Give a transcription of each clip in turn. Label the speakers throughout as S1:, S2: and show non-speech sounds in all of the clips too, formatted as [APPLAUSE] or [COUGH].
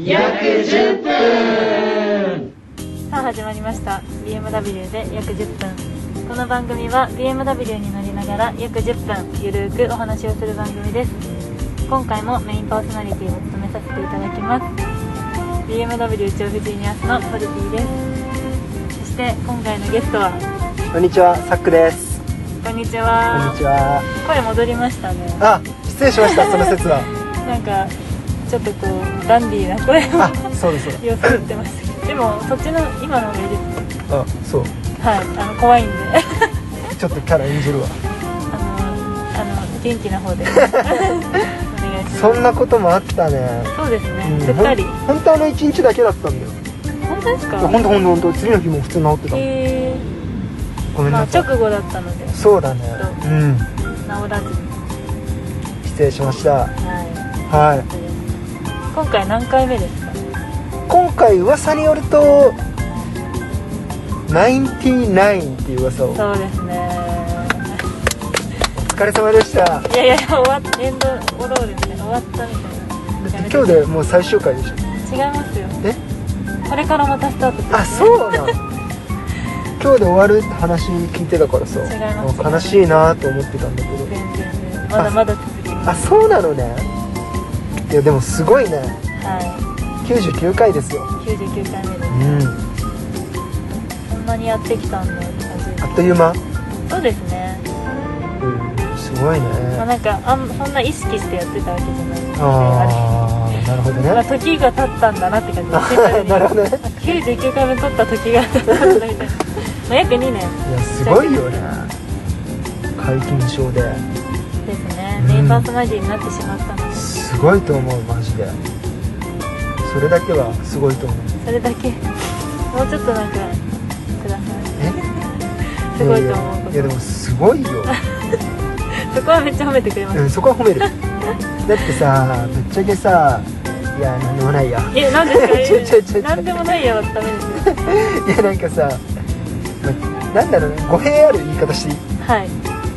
S1: 約10分
S2: さあ始まりました BMW で約10分この番組は BMW に乗りながら約10分ゆるーくお話をする番組です今回もメインパーソナリティを務めさせていただきます BMW 調布ジーニアスのポルティですそして今回のゲストは
S3: こんにちは、サックです。
S2: こんにち
S3: こん
S2: は
S3: にちは。
S2: 声戻りましたね
S3: あ、失礼しました。その説は。
S2: なんかちょっとこうダンディーな声
S3: [LAUGHS] あ
S2: を、
S3: そうです。そう
S2: 様子をってましたけどでもそっちの今の方がいいで
S3: ですあ、そう。
S2: すはいあの怖いんで
S3: ちょっとキャラ演じるわ。
S2: あのあの元気な方でお願いします。
S3: そんなこともあったね。
S2: そうです
S3: う
S2: ね。
S3: ん
S2: すっかり。
S3: ほん本当あの一日だけだったんだよ。
S2: 本当ですか。
S3: 本当本当本当次の日も普通に治ってたもん。
S2: え
S3: ご
S2: ー、
S3: めん
S2: まあ
S3: なさ
S2: 直
S3: い。
S2: 後だったので治
S3: そうだね。うん。
S2: らずに。
S3: 失礼しました。
S2: は
S3: はい。
S2: い。今回何回目ですか。
S3: 今回噂によると。ナインティナインっていう噂を。お
S2: そうですね。
S3: 疲れ様でした。
S2: いやいや終わっエンドオロールみたいな終わったみたいな。やめて
S3: 今日でもう最終回でし
S2: 違
S3: ょ。
S2: いますよ。
S3: え。
S2: これからまたスタートする。
S3: あそう [LAUGHS] なの今日で終わるって話聞いてたからさ
S2: 違います
S3: 悲しいなと思ってたんだけど
S2: 全然全然まだまだ続きま
S3: あ
S2: す。
S3: そうなのねいやでもすごいね
S2: は
S3: 99回ですよ
S2: い。九十九回目で
S3: う
S2: す。
S3: ん
S2: そんなにやってきたんだって感じです
S3: あ。っという間
S2: そうですね。
S3: うんすごいね
S2: まあ、なんかあんそんな意識してやってたわけじゃないのであ
S3: ああ [LAUGHS] なるほど
S2: れまあ
S3: ね
S2: 時が経ったんだなって感じです
S3: あ [LAUGHS] なるほどね
S2: 99回目撮った時が経ったんだみたいなまあ約2年
S3: いやすごいよね皆勤賞で
S2: です
S3: う
S2: ね
S3: ん
S2: メインパーソナリティになってしまったのです
S3: ごいと思うマジでそれだけはすごいと思う
S2: それだけもうちょっとなんかください
S3: え
S2: すごいと思うこと
S3: いやいやいやでもすごいよ
S2: そこはめっちゃ褒めてくれまし
S3: うん、そこは褒めるだってさぶっちゃけさいやなんでもないや
S2: たえなんですか
S3: ちょちょちょちょ
S2: なんでもないやはダメですよ
S3: いやなんかさ、まなんだろうね語弊ある言い方していい
S2: はい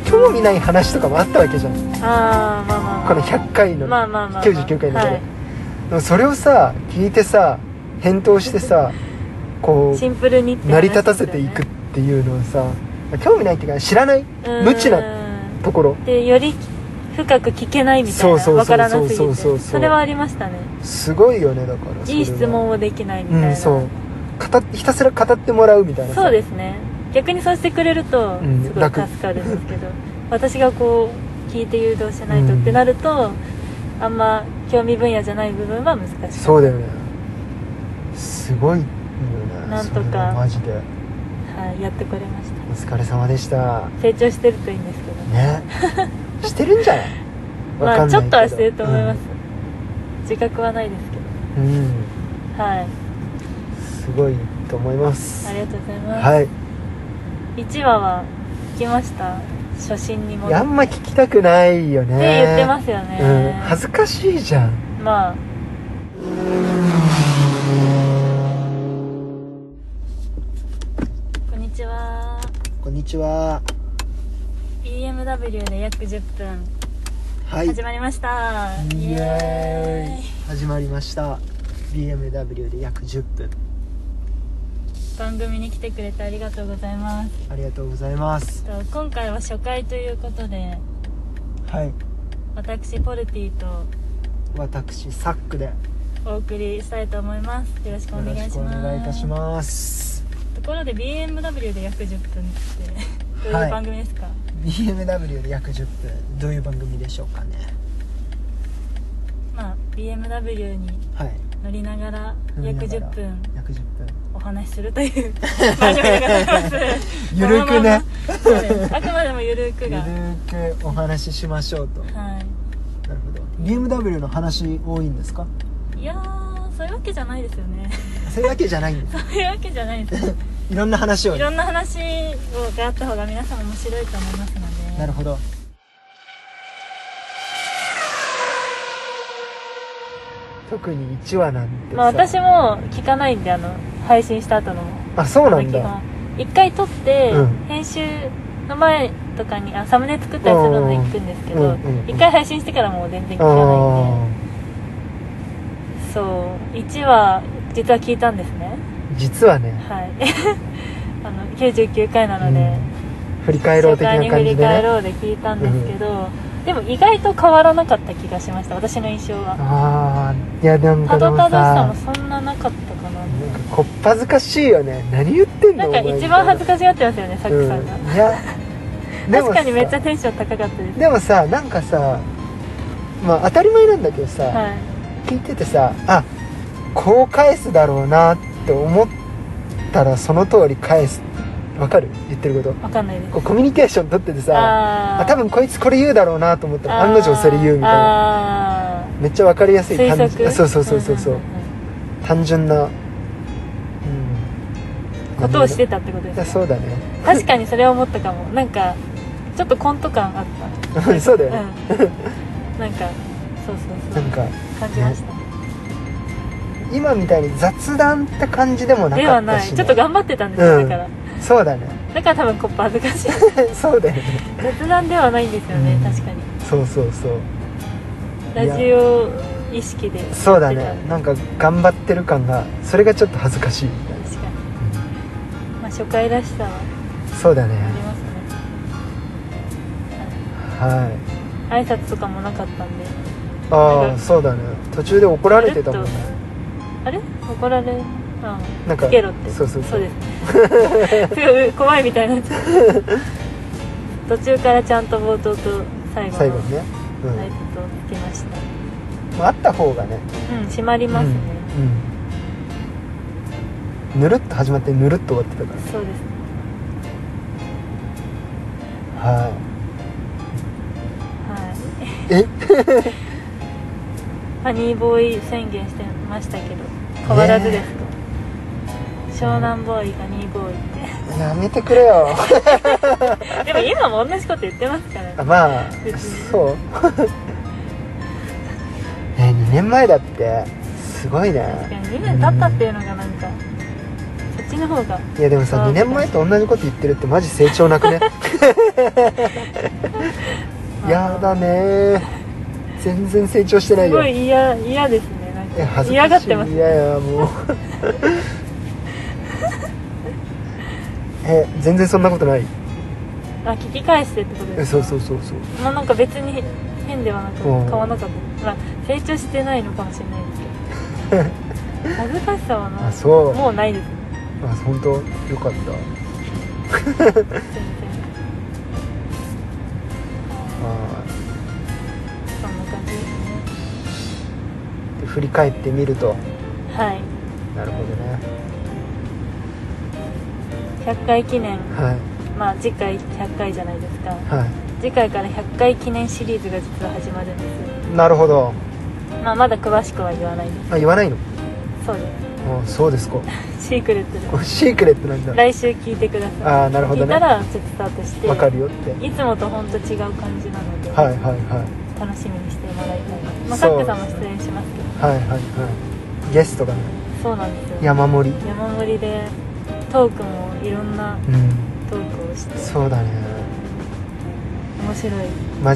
S3: 興味ない話とかもあったわけじゃんこ
S2: あーまあまあまあ
S3: の100回の、
S2: まあまあまあまあ
S3: 99回の中
S2: は
S3: で、
S2: い
S3: でもそれをさ聞いてさ返答してさこ
S2: シ
S3: う
S2: ンプルにって話
S3: 成り立たせてい
S2: で
S3: く
S2: す
S3: っ
S2: よね
S3: ていうのをさ興味ないっていうか知らない無知
S2: う
S3: な
S2: ーん
S3: ところ
S2: でより深く聞けないみたい
S3: そう
S2: な
S3: そうそう
S2: わからなすぎ
S3: そう
S2: て
S3: そうそう
S2: それはありましたね
S3: すごいよねだからそれはい
S2: い質問をできないみたいな、
S3: うんそう語っひたすら語ってもらうみたいなさ
S2: そうですね逆にそうしてくれると
S3: うん
S2: すごい
S3: 楽
S2: 助かるんですけど、 [LAUGHS] 私がこう聞いて誘導しないとってなると、あんま興味分野じゃない部分は難しい
S3: そうだよねすごいよね
S2: なんとか
S3: それはマジで
S2: はい、やってこれまし
S3: お疲れ様でした
S2: た成長してるといいんですけど [LAUGHS]
S3: ねしてるんじゃないわ
S2: ま
S3: か
S2: あ
S3: ん
S2: ち
S3: な
S2: ょ
S3: いけ
S2: っ
S3: ど
S2: とはしてると思います、自覚はないですけ
S3: うん、うん
S2: どはい
S3: すごいと思います
S2: ありがとうございます、
S3: はい
S2: 1話は聞きました初心に
S3: い
S2: 戻
S3: やあ
S2: っ
S3: んま聞きたくないよね
S2: て言ってますよね、
S3: うん恥ずかしいじゃん
S2: まあこんにちは
S3: こんにちは
S2: BMW で約10分
S3: はい
S2: 始まりました、
S3: イエー
S2: イエ
S3: イ始まりました BMW で約10分
S2: ーイ番組に来てくれてありがとうございます
S3: ありがとうございます
S2: と今回は初回ということで
S3: はい
S2: 私ポルティと
S3: 私サックで
S2: お送りしたいと思いますよろしくお
S3: よ
S2: 願
S3: ろ
S2: いし
S3: し
S2: ます
S3: くお願いいたします
S2: ところで BMW で約10分ってどう
S3: はいいう
S2: 番組ですか、
S3: BMW で約10分どういう番組でしょうかね
S2: まあ BMW に
S3: はい
S2: 乗りながら約10分
S3: 約10分
S2: [LAUGHS] お話しするという [LAUGHS] 番組でございます [LAUGHS]
S3: ゆるくね
S2: このままそう [LAUGHS] ですあくまでもゆるく
S3: ゆる
S2: がは
S3: くお話ししましょうとなるほど BMW の話多いんですか
S2: いいやーそういうわけじゃないですよね [LAUGHS]
S3: そういうわけじゃないんです
S2: そういうわけじゃないです
S3: いろんな話を
S2: いろんな話をがあった方が皆さん面白いと思いますので
S3: なるほど特に1話なんてさ
S2: まあ私も聞かないんであの配信した後の
S3: あそうなん
S2: 時
S3: だ
S2: は一回撮って、
S3: うん
S2: 編集の前とかにあサムネ作ったりするので行くんですけ
S3: うん
S2: ど
S3: うんうん
S2: 一回配信してからもう全然聞
S3: あ
S2: かないんで
S3: ー
S2: そう1は実は聞いたんですね
S3: 実はね
S2: はい [LAUGHS] あの99回なので、
S3: 振り返ろう的な
S2: に
S3: 感
S2: 振
S3: じで
S2: り返
S3: ね
S2: ろうで聞いたんですけど、でも意外と変わらなかった気がしました私の印象は
S3: ああいやなん
S2: た
S3: かで
S2: ど
S3: も
S2: たどしさ
S3: さ
S2: もそんななかったかな
S3: なんかこっぱずかしいよね何言ってん
S2: な
S3: の
S2: んか一番恥ず
S3: か
S2: かしがってますよねサクさんが、
S3: いやでも
S2: 確
S3: さ
S2: かにめっちゃテンション高かったです
S3: でもさなんかさまあ当たり前なんだけどさ、
S2: はい
S3: 聞いててさあこう返すだろうなって思ったらその通り返すわかる言ってること
S2: わかんないです
S3: こうコミュニケーション取っててさ
S2: あ
S3: あ多分こいつこれ言うだろうなと思ったら案の定それ言うみたいな
S2: な
S3: めっちゃわかりやすい
S2: 推
S3: 単純
S2: 測
S3: あそうそうそうそうそう、
S2: んんん
S3: 単純な、うん、
S2: ことをしてたってことで
S3: い
S2: す
S3: や
S2: ね
S3: そうだね [LAUGHS]
S2: 確かにそれは思ったかもなんかちょっとコント感あった
S3: そうだよ
S2: うん
S3: ね、 [LAUGHS]
S2: なんかそうそうそ
S3: な
S2: うん
S3: か
S2: 感じました、
S3: 今みたいに雑談って感じでもな
S2: で
S3: か
S2: は
S3: っ
S2: な
S3: た
S2: い
S3: し、ね、
S2: ちょっと頑張ってたんですよ、
S3: うん
S2: だから
S3: そうだね
S2: だから多分コップ恥ずかしい
S3: [LAUGHS] そうだよね
S2: 雑談ではないんですよね、
S3: うん
S2: 確かに
S3: そうそうそういや
S2: ラジオ意識で
S3: そうだ
S2: やっ
S3: ね
S2: て
S3: なんか頑張ってる感がそれがちょっと恥ずかしいみたい
S2: た確かに、まあ、初回らしさは
S3: なそうだね
S2: ありますね
S3: はい
S2: 挨拶とかもなかったんで
S3: あ
S2: なん
S3: あ
S2: か
S3: そうだね途中で怒られてたもんね
S2: あれ怒られうん
S3: なんか
S2: つけろって
S3: そうそうそう
S2: です [LAUGHS] すごい怖いみたいになっ [LAUGHS] ちゃった途中からちゃんと冒頭と最後
S3: 最後
S2: の
S3: にね、うん
S2: 挨拶をつけました
S3: まああった方がね
S2: うん締まりますね、
S3: うんうんぬるっと始まってぬるっと終わってたか
S2: そうですね
S3: ら
S2: は
S3: はい
S2: い [LAUGHS]
S3: え
S2: ハニーボーイ宣言してましたけど変わらずですか、湘南ボーイハニーボーイっ
S3: やめてく
S2: [LAUGHS]
S3: れよ
S2: て [LAUGHS] でも今も同じこと言ってますから
S3: あ
S2: ね
S3: まあ
S2: 別に
S3: そう [LAUGHS] え2年前だってすごい
S2: 確か
S3: ね
S2: に2年経ったっていうのがなんかそっちの方が
S3: いやでもさ
S2: あ
S3: 2年前と同じこと言ってるってマジ成長な
S2: [LAUGHS]
S3: くね [LAUGHS] やだね全然成長してない
S2: す
S3: よ
S2: ごい嫌嫌ですねなん
S3: いや
S2: か
S3: 恥ず
S2: 嫌が
S3: か
S2: っ
S3: しい
S2: てます
S3: いやいやもうえ全然そんなことない
S2: あ聞き返してってこと
S3: え
S2: です
S3: そう
S2: か
S3: そうそうそう
S2: まあなんか別に変ではなく
S3: うん
S2: 買わなかった、まあ、成長してないのかもしれないですけ
S3: [LAUGHS]
S2: ど恥ずかしさはな
S3: あそう
S2: もうないですね
S3: あ本当よかった
S2: 全然そ
S3: あ
S2: んな感じですね
S3: ーで振り返ってみると
S2: はい
S3: なるほどね
S2: 100回記念
S3: はい
S2: まあ次回100回じゃないですか
S3: は
S2: 次回から100回記念シリーズが実は始まるんです
S3: いなるほど、
S2: まあまだ詳しくは言わないで
S3: あ、言わないの
S2: すそうで
S3: あそうですか
S2: すシークレットで
S3: これシークレットなんだ
S2: 来週聞いてください
S3: ああなるほ
S2: 聞
S3: ど
S2: いた
S3: ね
S2: らちょっとスタートして
S3: わかるよって
S2: いつもと本当違う感じなので、
S3: はいはいはい
S2: 楽しみにしてもらいたいです、まあ、サ
S3: そ
S2: ッ
S3: う
S2: クさんも出演しますけど
S3: はいはいはいゲストがね
S2: そうなんですよ
S3: 山盛り
S2: 山盛りでトークもいろんな
S3: うん
S2: トークをして
S3: そうだね
S2: 面白い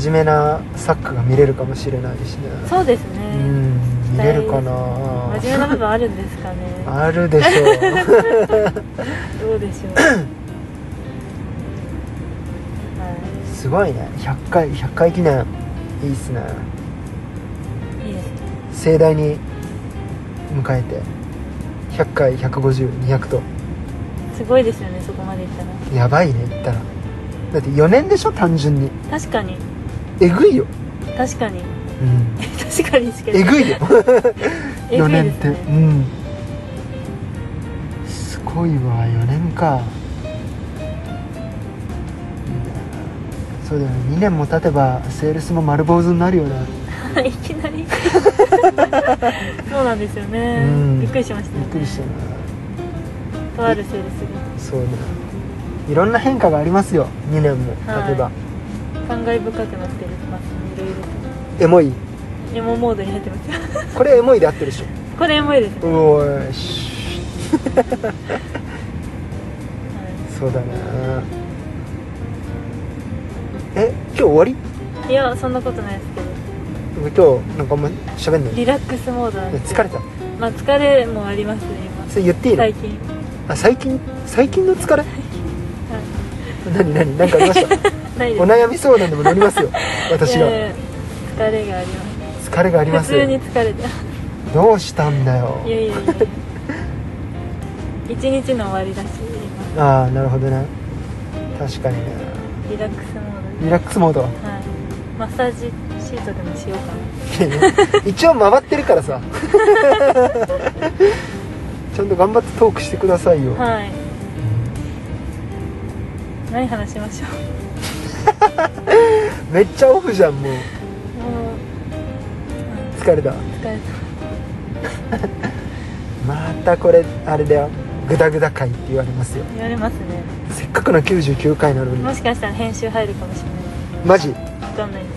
S3: 真面目なサッカーが見れるかもしれないしね
S2: そうです
S3: う
S2: ね、
S3: ん見れるかな
S2: 真面目な部分あるんですかね
S3: あるでしょう
S2: どうで
S3: [CLEARS THROAT]
S2: しょうは
S3: [LAUGHS] すごいね100回100回記念いいっすね
S2: いいいですね
S3: 盛大に迎えて100回150200と
S2: すごいですよねそこまでいったら
S3: やばいね言ったらだって4年でしょ単純に
S2: 確かに
S3: えぐいよ、
S2: 確かに [LAUGHS]
S3: うん、
S2: 確かにしか
S3: えぐいよ
S2: えぐ
S3: 4
S2: い
S3: 年
S2: で
S3: っ
S2: す
S3: て、
S2: ね
S3: うんすごいわ4年かそうだよね2年も経てばセールスも丸坊主になるよない
S2: きなりそうなんですよね、
S3: うん
S2: びっくりしました
S3: びっ
S2: よ
S3: くり
S2: ね
S3: したな
S2: とあるセールス
S3: そうねいろんな変化がありますよ2年も
S2: はい
S3: 経て
S2: が
S3: ば、
S2: 感慨深くなってますねいろいろと
S3: エモい
S2: エモモードに入ってますよ [LAUGHS]
S3: これエモいで合ってるでし
S2: これエモいですね、
S3: ょおーいし
S2: は
S3: そうだねえ今日終わり
S2: い、いやそんなことないですけど
S3: 今日なんかあんま喋んない
S2: リラックスモードなんです
S3: 疲れた
S2: まあ疲れもありますね
S3: それ言っていい
S2: 今
S3: の
S2: 最近
S3: あ最近最近の疲れ
S2: はい
S3: 何何何かありました
S2: [LAUGHS] ないです
S3: お悩み相談でも乗りますよ私が
S2: いやいや疲れがありま
S3: 疲れがありますす
S2: 普通
S3: よ
S2: に疲れて
S3: どうしたんだよ
S2: いやいやいや一日の終わりだし今
S3: ああなるほどね確かにね
S2: リラックスモード
S3: リラックスモ
S2: [LAUGHS]
S3: ード
S2: ではいマッサージシートでもしようかな
S3: 一応回ってるからさ [LAUGHS] ちゃんと頑張ってトークしてくださいよ
S2: はい何話しましょ
S3: めっちゃオフじゃんもう
S2: うもう
S3: 疲れた
S2: 疲れ
S3: またこれあれだよグダグダ回って言われますよ
S2: た言われますね
S3: せっかくの99回なの
S2: も
S3: に
S2: しかしたら編集入るかもしれ
S3: マジっ
S2: ないわかんないです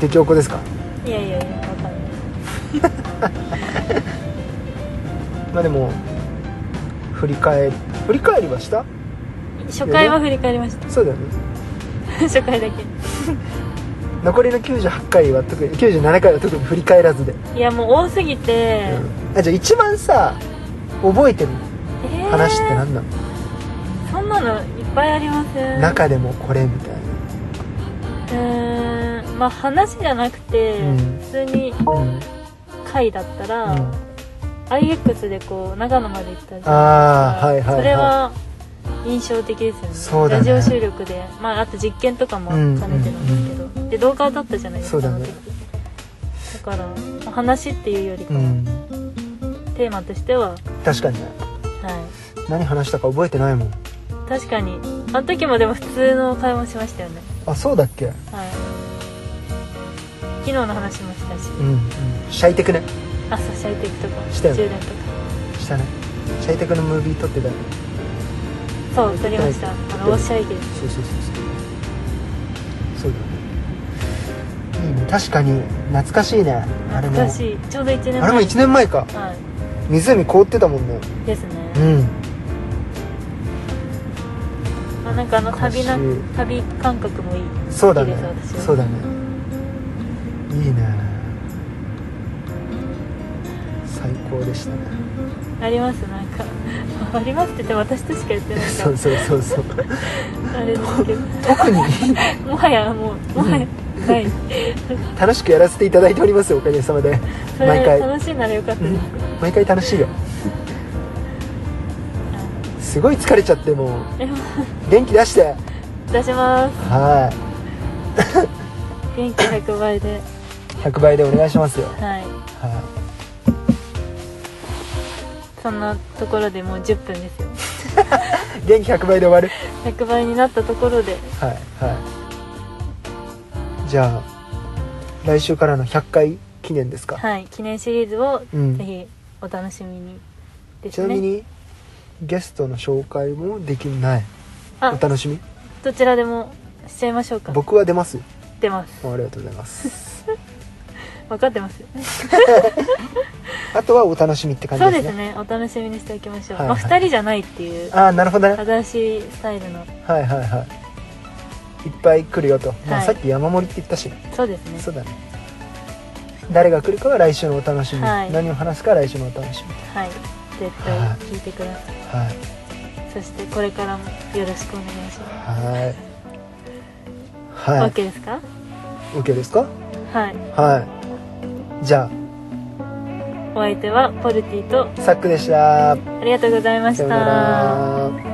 S3: て兆候ですか
S2: けどいやいやいやわかんない
S3: まあでも振り返り振り返りはした
S2: 初回は振り返りました
S3: そうだよね
S2: [LAUGHS] 初回だけ
S3: 残りの98回は特に97回は特に振り返らずで、
S2: いやもう多すぎて、
S3: うんあじゃあ一番さ覚えてる
S2: えー
S3: 話って何なの、
S2: そんなのいっぱいありません
S3: 中でもこれみたいう
S2: ーんまあ話じゃなくて、
S3: うん
S2: 普通に
S3: な、うんうん、
S2: 回だったら、IX でこう長野まで行ったじゃ
S3: ああ
S2: な
S3: はいい
S2: ですか
S3: はい、はい、
S2: それは印象的ですよね
S3: そうだね
S2: ラジオ収録で、まあ、あと実験とかも兼ねてなんですけど、で動画だったじゃないですか
S3: そうだね
S2: その時だからまあ話っていうよりか
S3: う
S2: は、
S3: ん
S2: テーマとしては、は
S3: 確かにね
S2: い、
S3: 何話したか覚えてないもん
S2: 確かにあの時もでも普通の会話しましたよね
S3: あそうだっけ
S2: はい昨日の話もしたし、
S3: うん、うん、シャイテクね
S2: 朝シャイテクとか
S3: したよね
S2: 充電とか
S3: したねシャイテクのムービー撮ってたよね
S2: そう撮りましたあのオーシャイゲ
S3: そうそうそうそうそうだねいいね確かに懐かしいねあれも
S2: 懐かしいちょうど1年前
S3: あれも1年前か
S2: は
S3: 湖凍ってたもんね
S2: いですね、
S3: うん
S2: まあ、なんかあの旅な
S3: 懐か
S2: 旅感覚もいい
S3: そうだね
S2: 好きです私は
S3: そうだねいいね最高でしたね
S2: ありますなんか [LAUGHS] ありますって言って私としか言ってないか
S3: そうそうそうそう
S2: らあれですけど
S3: 特に
S2: もはやもうもはやない
S3: 楽しくやらせていただいておりますよおかげさまで
S2: そ
S3: 毎
S2: れ
S3: 回
S2: 楽しいならよかった
S3: う
S2: で
S3: ん
S2: す、
S3: 毎回楽しいよすごい疲れちゃってもう
S2: え
S3: 元気出して
S2: 出します
S3: は
S2: 元気100倍で
S3: い100倍でお願いしますよ
S2: はい
S3: は
S2: そんなところでもう10分ですよ
S3: い元気100倍で終わる
S2: 100倍になったところで
S3: はいはいじゃあ来週からの100回記念ですか、
S2: はい記念シリーズを
S3: うん
S2: ぜひお楽しみにで
S3: ち
S2: す
S3: な
S2: ね、
S3: みにゲストの紹介もできないお
S2: あ
S3: 楽しみ
S2: どちらでもしちゃいましょうか
S3: 僕は出ますよ
S2: 出ます
S3: ありがとうございます
S2: [LAUGHS] 分かってますよね
S3: あとはお楽しみって感じ
S2: そう
S3: です
S2: で
S3: ね
S2: すねお楽しみにしておきましょう、
S3: はい
S2: まあ、
S3: はい
S2: 2人じゃないっていう
S3: ああなるほどね
S2: 新しいスタイルの
S3: はいはいはいいっぱい来るよと、まあ、
S2: はい
S3: さっき山盛りって言ったしね
S2: そうですね
S3: そうだね誰が来るかは来週のお楽しみ、
S2: はい
S3: 何を話すかは来週のお楽しみ
S2: はい絶対
S3: はい
S2: 聞いてください、
S3: はい
S2: そしてこれからもよろしくお願いします、
S3: はい
S2: オッ
S3: はい
S2: OK ですか
S3: OK ですか
S2: はい
S3: はいじゃ
S2: お相手はポルティと
S3: あサックでした
S2: ありがとうございまし
S3: さ
S2: た
S3: ようなら